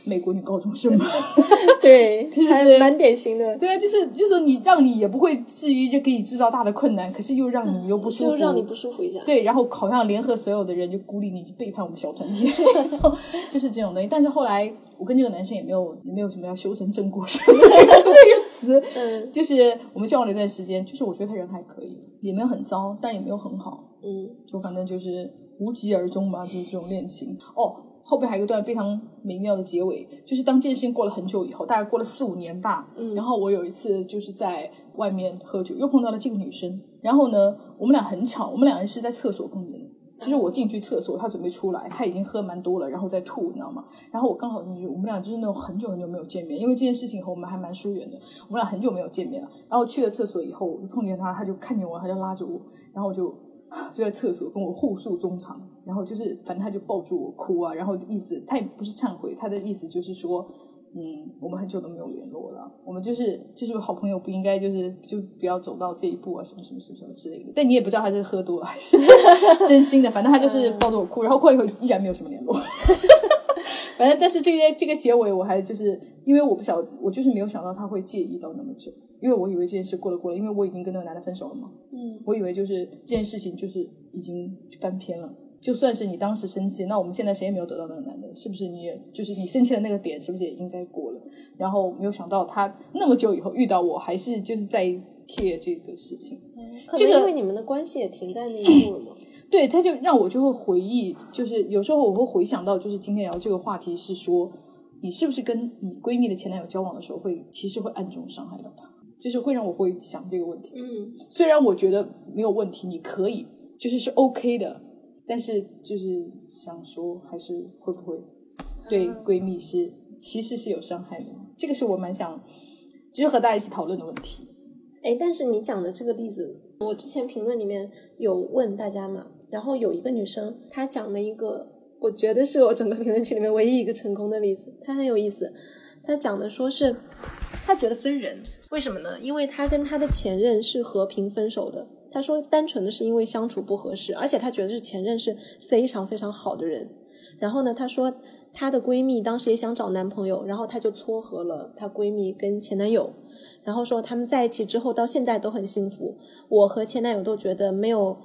[SPEAKER 1] 美国女高中生嘛。
[SPEAKER 3] 对，
[SPEAKER 1] 就是
[SPEAKER 3] 还蛮典型的，
[SPEAKER 1] 对啊，就是就是说你让你也不会至于就给你制造大的困难，可是又让你又不舒服，
[SPEAKER 3] 就让你不舒服一下。
[SPEAKER 1] 对，然后好像联合所有的人就孤立你，背叛我们小团体， 就是这种东西。但是后来我跟这个男生也没有也没有什么要修成正果 那个词，
[SPEAKER 3] 嗯
[SPEAKER 1] 就是我们交往了一段时间，就是我觉得他人还可以，也没有很糟，但也没有很好，
[SPEAKER 3] 嗯，
[SPEAKER 1] 就反正就是无疾而终吧，就是这种恋情。哦，后边还有一段非常美妙的结尾，就是当这件事情过了很久以后，大概过了四五年吧，嗯，然后我有一次就是在外面喝酒，又碰到了这个女生，然后呢，我们俩很吵，我们两人是在厕所碰见的。就是我进去厕所，她准备出来，她已经喝蛮多了，然后再吐，你知道吗？然后我刚好就是我们俩就是那种很久很久没有见面，因为这件事情以后我们还蛮疏远的，我们俩很久没有见面了。然后去了厕所以后，我就碰见她，她就看见我，她就拉着我，然后我就就在厕所跟我互诉衷肠，然后就是反正她就抱住我哭啊，然后意思她也不是忏悔，她的意思就是说。嗯，我们很久都没有联络了。我们就是就是好朋友，不应该就是就不要走到这一步啊，什么什么什么什么之类的。但你也不知道他是喝多了还是 真心的，反正他就是抱着我哭，然后过一会儿依然没有什么联络。反正但是这个这个结尾我还就是因为我不晓我就是没有想到他会介意到那么久，因为我以为这件事过了过了，因为我已经跟那个男的分手了嘛。嗯，我以为就是这件事情就是已经翻篇了。就算是你当时生气，那我们现在谁也没有得到那个男的，是不是？你也就是你生气的那个点，是不是也应该过了？然后没有想到他那么久以后遇到我，还是就是在 care 这个事情。
[SPEAKER 3] 可
[SPEAKER 1] 这
[SPEAKER 3] 能
[SPEAKER 1] 个
[SPEAKER 3] 因为你们的关系也停在那一步了嘛。
[SPEAKER 1] 对，他就让我就会回忆，就是有时候我会回想到，就是今天聊这个话题是说，你是不是跟你闺蜜的前男友交往的时候会，其实会暗中伤害到他，就是会让我会想这个问题。
[SPEAKER 3] 嗯，
[SPEAKER 1] 虽然我觉得没有问题，你可以，就是是 OK 的，但是就是想说，还是会不会
[SPEAKER 2] 嗯
[SPEAKER 1] 对闺蜜是其实是有伤害的？这个是我蛮想，就是和大家一起讨论的问题。
[SPEAKER 3] 哎，但是你讲的这个例子，我之前评论里面有问大家嘛，然后有一个女生她讲了一个，我觉得是我整个评论区里面唯一一个成功的例子，她很有意思。她讲的说是，她觉得分人，为什么呢？因为她跟她的前任是和平分手的。她说，单纯的是因为相处不合适，而且她觉得是前任是非常非常好的人。然后呢，她说她的闺蜜当时也想找男朋友，然后她就撮合了她闺蜜跟前男友，然后说他们在一起之后到现在都很幸福。我和前男友都觉得没有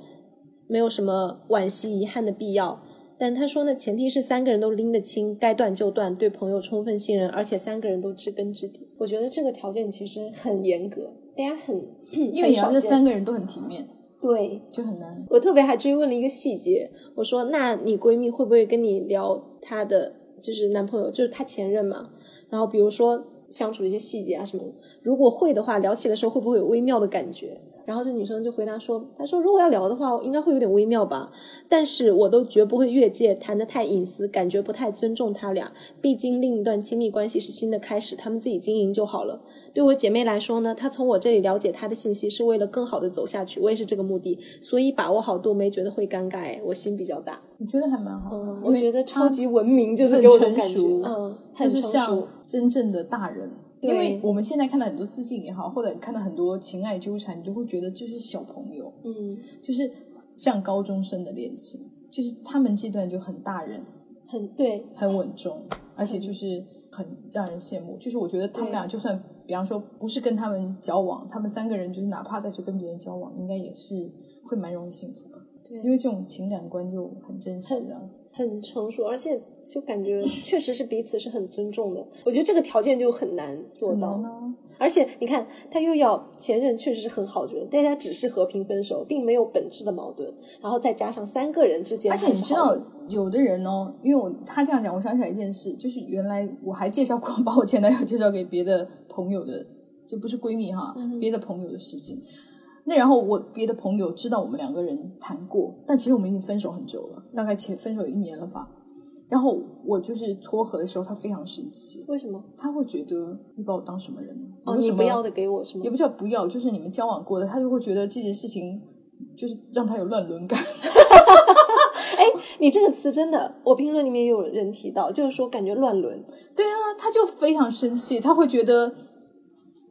[SPEAKER 3] 没有什么惋惜遗憾的必要。
[SPEAKER 2] 但他说呢，前提是三个人都拎得清，该断就断，对朋友充分信任，而且三个人都知根知底。我觉得这个条件其实很严格，大家很
[SPEAKER 1] 因为你要
[SPEAKER 2] 很
[SPEAKER 1] 这
[SPEAKER 2] 少见
[SPEAKER 1] 三个人都很体面，
[SPEAKER 2] 对
[SPEAKER 1] 就很难。
[SPEAKER 2] 我特别还追问了一个细节，我说：“那你闺蜜会不会跟你聊她的就是男朋友，就是她前任嘛？然后比如说相处的一些细节啊什么的，如果会的话，聊起的时候会不会有微妙的感觉？”然后这女生就回答说：“她说如果要聊的话，应该会有点微妙吧，但是我都绝不会越界，谈得太隐私，感觉不太尊重他俩。毕竟另一段亲密关系是新的开始，他们自己经营就好了。对我姐妹来说呢，她从我这里了解她的信息，是为了更好的走下去，我也是这个目的，所以把握好度没觉得会尴尬，哎，我心比较大。
[SPEAKER 1] 我觉得还蛮好的，
[SPEAKER 2] 嗯，
[SPEAKER 1] 因
[SPEAKER 2] 我
[SPEAKER 1] 为
[SPEAKER 2] 觉得超级文明，就是
[SPEAKER 1] 很
[SPEAKER 2] 给我的
[SPEAKER 1] 成
[SPEAKER 2] 感觉，
[SPEAKER 1] 熟
[SPEAKER 2] 嗯，很
[SPEAKER 1] 就是
[SPEAKER 2] 成
[SPEAKER 1] 像
[SPEAKER 2] 熟，
[SPEAKER 1] 真正的大人。
[SPEAKER 2] 对
[SPEAKER 1] 因为我们现在看到很多私信也好，或者看到很多情爱纠缠，你就会觉得就是小朋友，
[SPEAKER 2] 嗯，
[SPEAKER 1] 就是像高中生的恋情，就是他们这段就很大人，
[SPEAKER 2] 很对，
[SPEAKER 1] 很稳重，而且就是很让人羡慕。就是我觉得他们俩就算，比方说不是跟他们交往，他们三个人就是哪怕再去跟别人交往，应该也是会蛮容易幸福吧。
[SPEAKER 2] 对
[SPEAKER 1] 因为这种情感观就很真实啊。
[SPEAKER 2] 很成熟，而且就 感觉确实是彼此是很尊重的。我觉得这个条件就很难做到，
[SPEAKER 1] 很难啊
[SPEAKER 2] 而且你看，他又要前任确实是很好的人，大家只是和平分手，并没有本质的矛盾，然后再加上三个人之间
[SPEAKER 1] 而
[SPEAKER 2] 还
[SPEAKER 1] 且
[SPEAKER 2] 是好
[SPEAKER 1] 你
[SPEAKER 2] 的，
[SPEAKER 1] 知道，有的人哦，因为我他这样讲，我想起来一件事，就是原来我还介绍过 把我前男友介绍给别的朋友的，就不是闺蜜哈，
[SPEAKER 2] 嗯
[SPEAKER 1] 别的朋友的事情。那然后我别的朋友知道我们两个人谈过，但其实我们已经分手很久了，大概前分手有一年了吧。然后我就是撮合的时候，他非常生气，
[SPEAKER 2] 为什么？
[SPEAKER 1] 他会觉得你把我当什么人了？
[SPEAKER 2] 哦，
[SPEAKER 1] 为
[SPEAKER 2] 你
[SPEAKER 1] 什
[SPEAKER 2] 不
[SPEAKER 1] 么
[SPEAKER 2] 要的给我是吗
[SPEAKER 1] 也？不叫不要，就是你们交往过的，他就会觉得这件事情就是让他有乱伦感。
[SPEAKER 2] 哎，你这个词真的，我评论里面也有人提到，就是说感觉乱伦，
[SPEAKER 1] 对啊，他就非常生气，他会觉得，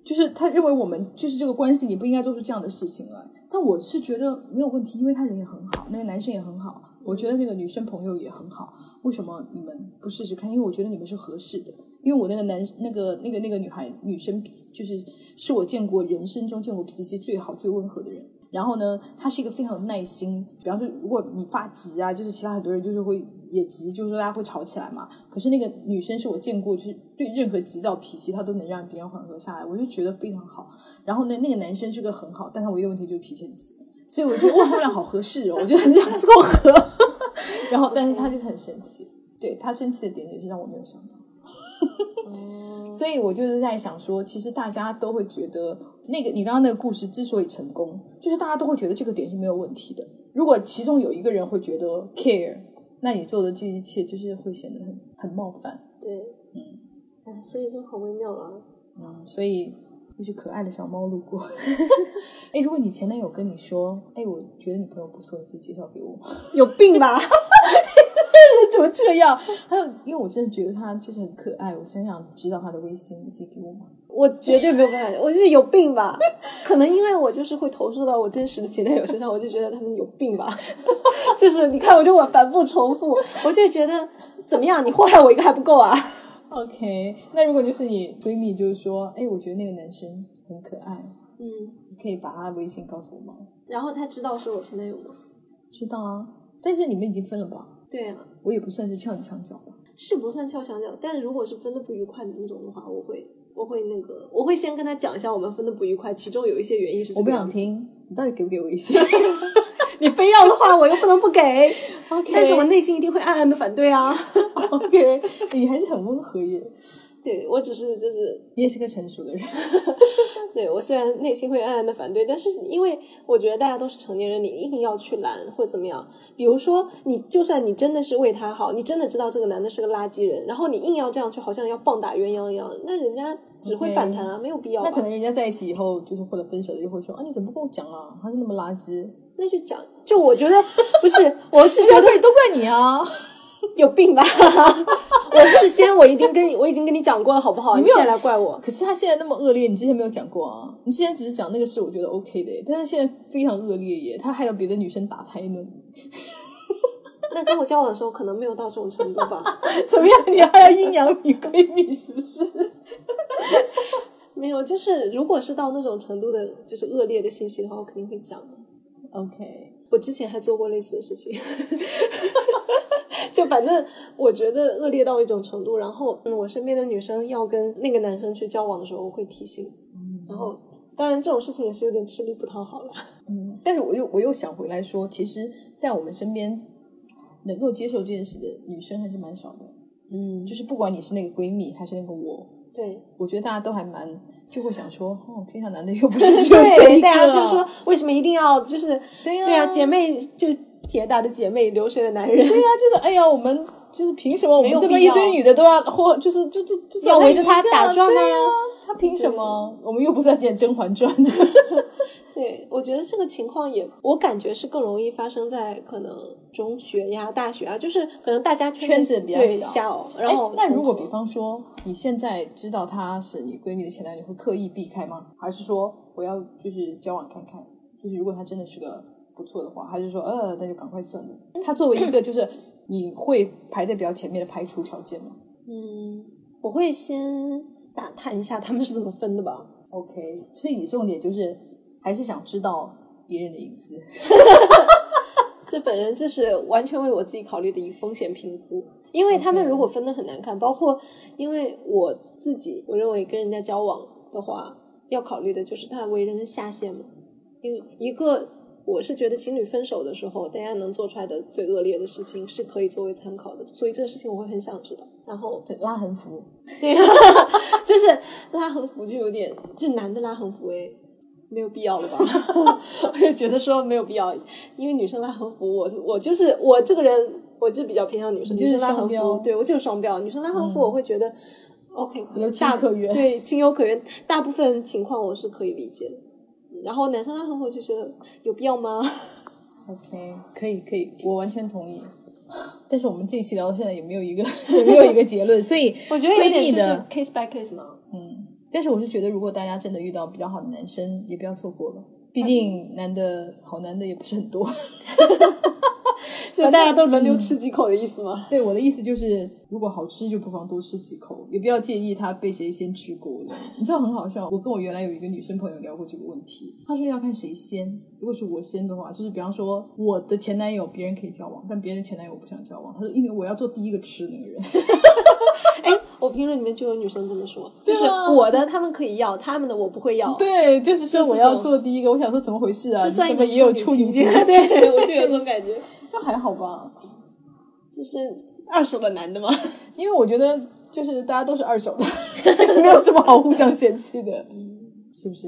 [SPEAKER 1] 就是他认为我们就是这个关系，你不应该做出这样的事情来。但我是觉得没有问题，因为他人也很好，那个男生也很好，我觉得那个女生朋友也很好。为什么你们不试试看？因为我觉得你们是合适的。因为我那个男那个那个那个女孩女生脾，就是是我见过人生中见过脾气最好最温和的人。然后呢，她是一个非常有耐心。比方说，如果你发急啊，就是其他很多人就是会也急，就是说大家会吵起来嘛。可是那个女生是我见过，就是对任何急躁脾气，她都能让别人缓和下来，我就觉得非常好。然后呢，那个男生是个很好，但他唯一的问题就是脾气很急，所以我觉得哇，他们俩好合适哦，我就很想撮合。 然后，但是他就很生气，对他生气的点也是让我没有想到。所以我就是在想说，其实大家都会觉得那个你刚刚那个故事之所以成功，就是大家都会觉得这个点是没有问题的。如果其中有一个人会觉得 care，那你做的这一切就是会显得很很冒犯。
[SPEAKER 2] 对，嗯，哎，所以就很微妙了。
[SPEAKER 1] 嗯，所以一只可爱的小猫路过。 哎，如果你前男友跟你说，哎，我觉得你朋友不错，你可以介绍给我吗？
[SPEAKER 2] 有病 吧？
[SPEAKER 1] 怎么这样？还有，因为我真的觉得他就是很可爱，我真想知道他的微信，你可以给我吗？
[SPEAKER 2] 我绝对没有办法，我就是有病吧？可能因为我就是会投射到我真实的前男友身上，我就觉得他们有病吧。 就是你看，我就我反复重复，我就觉得怎么样？你祸害我一个还不够啊？
[SPEAKER 1] OK，那如果就是你闺蜜就是说，哎，我觉得那个男生很可爱，
[SPEAKER 2] 嗯，
[SPEAKER 1] 你可以把他微信告诉我吗？
[SPEAKER 2] 然后他知道是我前男友吗？
[SPEAKER 1] 知道啊，但是你们已经分了吧？
[SPEAKER 2] 对啊，
[SPEAKER 1] 我也不算是撬你墙角吧。
[SPEAKER 2] 是不算敲墙角，但如果是分的不愉快的那种的话，我会我会那个，我会先跟他讲一下我们分的不愉快，其中有一些原因是
[SPEAKER 1] 我
[SPEAKER 2] 这
[SPEAKER 1] 不
[SPEAKER 2] 个
[SPEAKER 1] 想
[SPEAKER 2] 样子。
[SPEAKER 1] 听，你到底给不给我微信？
[SPEAKER 2] 哦 你非要的话，我又不能不 给。
[SPEAKER 1] OK
[SPEAKER 2] 但是我内心一定会暗暗的反对啊。
[SPEAKER 1] OK，你还是很温和耶，
[SPEAKER 2] 对我只是就是
[SPEAKER 1] 你也是个成熟的人。
[SPEAKER 2] 对我虽然内心会暗暗的反对，但是因为我觉得大家都是成年人，你硬要去拦或怎么样，比如说你就算你真的是为他好，你真的知道这个男的是个垃圾人，然后你硬要这样去，好像要棒打鸳鸯一样，那人家只会
[SPEAKER 1] OK
[SPEAKER 2] 反弹啊，没有必要吧
[SPEAKER 1] 那可能人家在一起以后，就是或者分手了，就会说啊，你怎么不跟我讲啊？他是那么垃圾，
[SPEAKER 2] 那就讲，就我觉得不是，我是觉
[SPEAKER 1] 都
[SPEAKER 2] 得
[SPEAKER 1] 怪都怪你啊！
[SPEAKER 2] 有病吧。 我事先我一定跟你，我已经跟你讲过了，好不好？
[SPEAKER 1] 你
[SPEAKER 2] 你
[SPEAKER 1] 没有
[SPEAKER 2] 现在来怪我，
[SPEAKER 1] 可是他现在那么恶劣，你之前没有讲过啊？你之前只是讲那个事，我觉得 OK 的耶，但他现在非常恶劣耶，他还有别的女生打胎呢。
[SPEAKER 2] 那跟我交往的时候可能没有到这种程度吧，
[SPEAKER 1] 怎么样？你还要阴阳你闺蜜是不是？
[SPEAKER 2] 没有，就是如果是到那种程度的，就是恶劣的信息的话，我肯定会讲的。
[SPEAKER 1] OK，
[SPEAKER 2] 我之前还做过类似的事情， 就反正我觉得恶劣到一种程度。然后、嗯、我身边的女生要跟那个男生去交往的时候，我会提醒。然后当然这种事情也是有点吃力不讨好了。
[SPEAKER 1] 嗯，但是我又我又想回来说，其实，在我们身边能够接受这件事的女生还是蛮少的。
[SPEAKER 2] 嗯，
[SPEAKER 1] 就是不管你是那个闺蜜还是那个我，
[SPEAKER 2] 对，
[SPEAKER 1] 我觉得大家都还蛮就会想说，哦，天下男的又不是只有这一
[SPEAKER 2] 对，
[SPEAKER 1] 个
[SPEAKER 2] 大
[SPEAKER 1] 啊，
[SPEAKER 2] 家就说为什么一定要就是
[SPEAKER 1] 对呀、
[SPEAKER 2] 对啊，姐妹就铁打的姐妹，流水的男人，
[SPEAKER 1] 对呀、就是哎呀，我们就是凭什么我
[SPEAKER 2] 没有
[SPEAKER 1] 们这么
[SPEAKER 2] 必
[SPEAKER 1] 一
[SPEAKER 2] 要
[SPEAKER 1] 堆女的都要或就是就就就找
[SPEAKER 2] 要围
[SPEAKER 1] 一
[SPEAKER 2] 着
[SPEAKER 1] 个
[SPEAKER 2] 她打
[SPEAKER 1] 啊
[SPEAKER 2] 转
[SPEAKER 1] 对
[SPEAKER 2] 啊
[SPEAKER 1] 啊，她凭什么？我们又不是在演《甄嬛传》
[SPEAKER 2] 对，我觉得这个情况也，我感觉是更容易发生在可能中学呀、大学啊，就是可能大家圈
[SPEAKER 1] 圈子比较
[SPEAKER 2] 对
[SPEAKER 1] 小
[SPEAKER 2] 小。然后
[SPEAKER 1] 哎，那如果
[SPEAKER 2] 重
[SPEAKER 1] 比方说你现在知道他是你闺蜜的前男友，会刻意避开吗？还是说我要就是交往看看？就是如果他真的是个不错的话，还是说呃那就赶快算了？他作为一个就是你会排在比较前面的排除条件吗
[SPEAKER 2] 逢嗯，我会先打探一下他们是怎么分的吧。
[SPEAKER 1] ？OK，所以你重点就是还是想知道别人的隐私。
[SPEAKER 2] 这本人就是完全为我自己考虑的一个风险评估，因为他们如果分的很难看，包括因为我自己，我认为跟人家交往的话，要考虑的就是他为人的下限嘛。因为一个，我是觉得情侣分手的时候，大家能做出来的最恶劣的事情是可以作为参考的，所以这个事情我会很想知道。然后
[SPEAKER 1] 对，拉横幅。
[SPEAKER 2] 对，啊就是拉横幅就有点，这男的拉横幅哎，没有必要了吧？ 我就觉得说没有必要，因为女生拉横幅，我我就是我这个人，我就比较偏向女生，
[SPEAKER 1] 你就是
[SPEAKER 2] 女生拉横
[SPEAKER 1] 双标嗯
[SPEAKER 2] 幅，对我就是双标，女生拉横幅我会觉得。OK，可
[SPEAKER 1] 有
[SPEAKER 2] 能
[SPEAKER 1] 情
[SPEAKER 2] 大
[SPEAKER 1] 可原
[SPEAKER 2] 对，情有可原，大部分情况我是可以理解的。然后男生拉横幅就觉得有必要吗？
[SPEAKER 1] OK，可以可以，我完全同 意。但是我们这一期聊到现在也没有 一个也没有一个结论，所以
[SPEAKER 2] 我觉得有
[SPEAKER 1] 闺蜜
[SPEAKER 2] 点就是
[SPEAKER 1] 的
[SPEAKER 2] case by case 嘛。
[SPEAKER 1] 但是我是觉得，如果大家真的遇到比较好的男生，也不要错过了，
[SPEAKER 2] 嗯
[SPEAKER 1] 毕竟男的好男的也不是很多。
[SPEAKER 2] 就大家都轮
[SPEAKER 1] 嗯
[SPEAKER 2] 流吃几口的意思吗？
[SPEAKER 1] 对我的意思就是，如果好吃就不妨多吃几口，也不要介意他被谁先吃过的。你知道很好笑，我跟我原来有一个女生朋友聊过这个问题，她说要看谁先，如果是我先的话，就是比方说我的前男友别人可以交往，但别人的前男友我不想交往，她说因为我要做第一个吃那个人。
[SPEAKER 2] 哎，我评论里面就有女生这么说，就
[SPEAKER 1] 啊
[SPEAKER 2] 是我的他们可以要，他们的我不会要，
[SPEAKER 1] 对，就是说我要
[SPEAKER 2] 这种
[SPEAKER 1] 做第一个，我想说怎么回事啊？
[SPEAKER 2] 这
[SPEAKER 1] 你
[SPEAKER 2] 算一
[SPEAKER 1] 怎
[SPEAKER 2] 个
[SPEAKER 1] 么也有
[SPEAKER 2] 处
[SPEAKER 1] 处女
[SPEAKER 2] 节，
[SPEAKER 1] 情，
[SPEAKER 2] 对我就有这种感觉，
[SPEAKER 1] 那还好吧？
[SPEAKER 2] 就是二手的男的嘛，
[SPEAKER 1] 因为我觉得就是大家都是二手的， 没有什么好互相嫌弃的，是不是？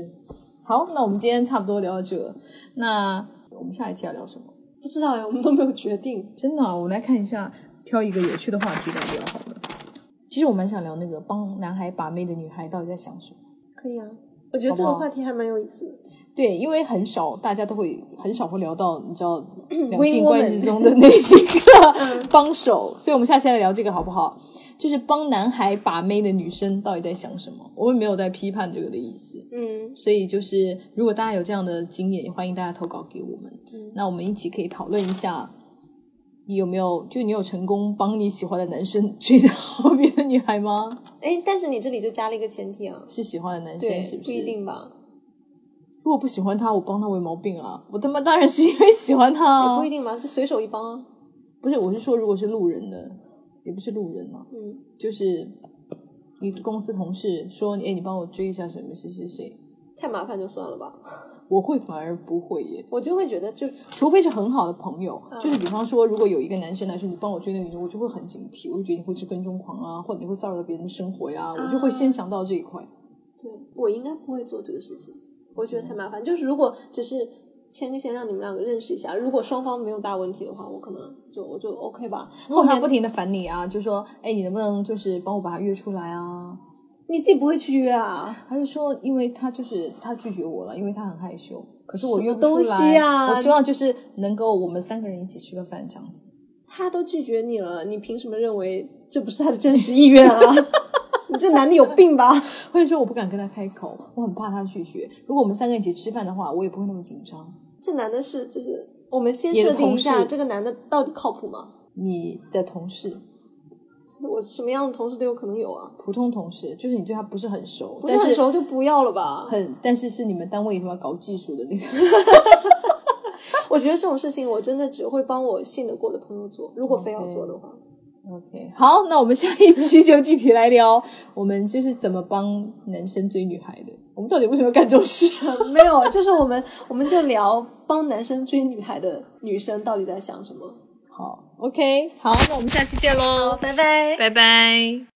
[SPEAKER 1] 好，那我们今天差不多聊到这了，那我们下一期要聊什么？
[SPEAKER 2] 不知道哎，我们都没有决定。
[SPEAKER 1] 真的啊、我们来看一下，挑一个有趣的话题来聊好了。其实我蛮想聊那个帮男孩把妹的女孩到底在想什么。
[SPEAKER 2] 可以啊，我觉得这个
[SPEAKER 1] 好不好
[SPEAKER 2] 话题还蛮有意思的。
[SPEAKER 1] 对，因为很少，大家都会很少会聊到你知 道两
[SPEAKER 2] Wing 嗯
[SPEAKER 1] 性关系中的那一 个 帮手，所以我们下期来聊这个好不好？就是帮男孩把妹的女生到底在想什么？我们没有在批判这个的意思，
[SPEAKER 2] 嗯，
[SPEAKER 1] 所以就是如果大家有这样的经验，也欢迎大家投稿给我们，
[SPEAKER 2] 嗯
[SPEAKER 1] 那我们一起可以讨论一下。你有没有就你有成功帮你喜欢的男生追到 别的女孩吗？
[SPEAKER 2] 哎，但是你这里就加了一个前提啊，
[SPEAKER 1] 是喜欢的男
[SPEAKER 2] 对，
[SPEAKER 1] 生是不是？
[SPEAKER 2] 一定吧，
[SPEAKER 1] 如果不喜欢他，我帮他没毛病啊！我他妈当然是因为喜欢他、啊，
[SPEAKER 2] 也不一定嘛，就随手一帮啊。
[SPEAKER 1] 不是，我是说，如果是路人的，也不是路人嘛，
[SPEAKER 2] 嗯，
[SPEAKER 1] 就是你公司同事说，哎，你帮我追一下什么谁谁谁，
[SPEAKER 2] 太麻烦就算了吧，
[SPEAKER 1] 我会反而不会耶，
[SPEAKER 2] 我就会觉得就
[SPEAKER 1] 除非是很好的朋友，
[SPEAKER 2] 嗯
[SPEAKER 1] 就是比方说，如果有一个男生来说你帮我追那个女生，我就会很警惕，我就觉得你会是跟踪狂啊，或者你会骚扰到别人的生活呀、
[SPEAKER 2] 嗯
[SPEAKER 1] 我就会先想到这一块。
[SPEAKER 2] 对我应该不会做这个事情，我觉得太麻烦。就是如果只是牵个线让你们两个认识一下，如果双方没有大问题的话，我可能就我就 OK 吧。
[SPEAKER 1] 如果他不停的烦你啊，就说，哎，你能不能就是帮我把他约出来啊？
[SPEAKER 2] 你自己不会去约啊？
[SPEAKER 1] 他就说，因为他就是他拒绝我了，因为他很害羞。可是我
[SPEAKER 2] 什么
[SPEAKER 1] 约不出来，
[SPEAKER 2] 东西啊
[SPEAKER 1] 我希望就是能够我们三个人一起吃个饭这样子。
[SPEAKER 2] 他都拒绝你了，你凭什么认为这不是他的真实意愿啊？ 你这男的有病吧？
[SPEAKER 1] 或者说我不敢跟他开口，我很怕他拒绝。如果我们三个人一起吃饭的话，我也不会那么紧张。
[SPEAKER 2] 这男的是就是我们先
[SPEAKER 1] 你的
[SPEAKER 2] 设定一
[SPEAKER 1] 同
[SPEAKER 2] 下，
[SPEAKER 1] 事
[SPEAKER 2] 这个男的到底靠谱吗？
[SPEAKER 1] 你的同事，
[SPEAKER 2] 我什么样的同事都有可能有啊，
[SPEAKER 1] 普通同事，就是你对他不是很熟，
[SPEAKER 2] 不是
[SPEAKER 1] 但
[SPEAKER 2] 很
[SPEAKER 1] 是
[SPEAKER 2] 熟就不要了吧。
[SPEAKER 1] 很，但是是你们单位他妈搞技术的那种。
[SPEAKER 2] 我觉得这种事情我真的只会帮我信得过的朋友做，如果非要做的话。
[SPEAKER 1] OK，好， 那我们下一 期就具体来聊，我们就是怎么帮男生追女孩的。我们到底为什么要干这种事？
[SPEAKER 2] 没有，就是我们我们就聊帮男生追女孩的女生到底在想什么。
[SPEAKER 1] 好，OK，好，那我们下期见喽，
[SPEAKER 2] 拜拜。
[SPEAKER 1] 拜拜。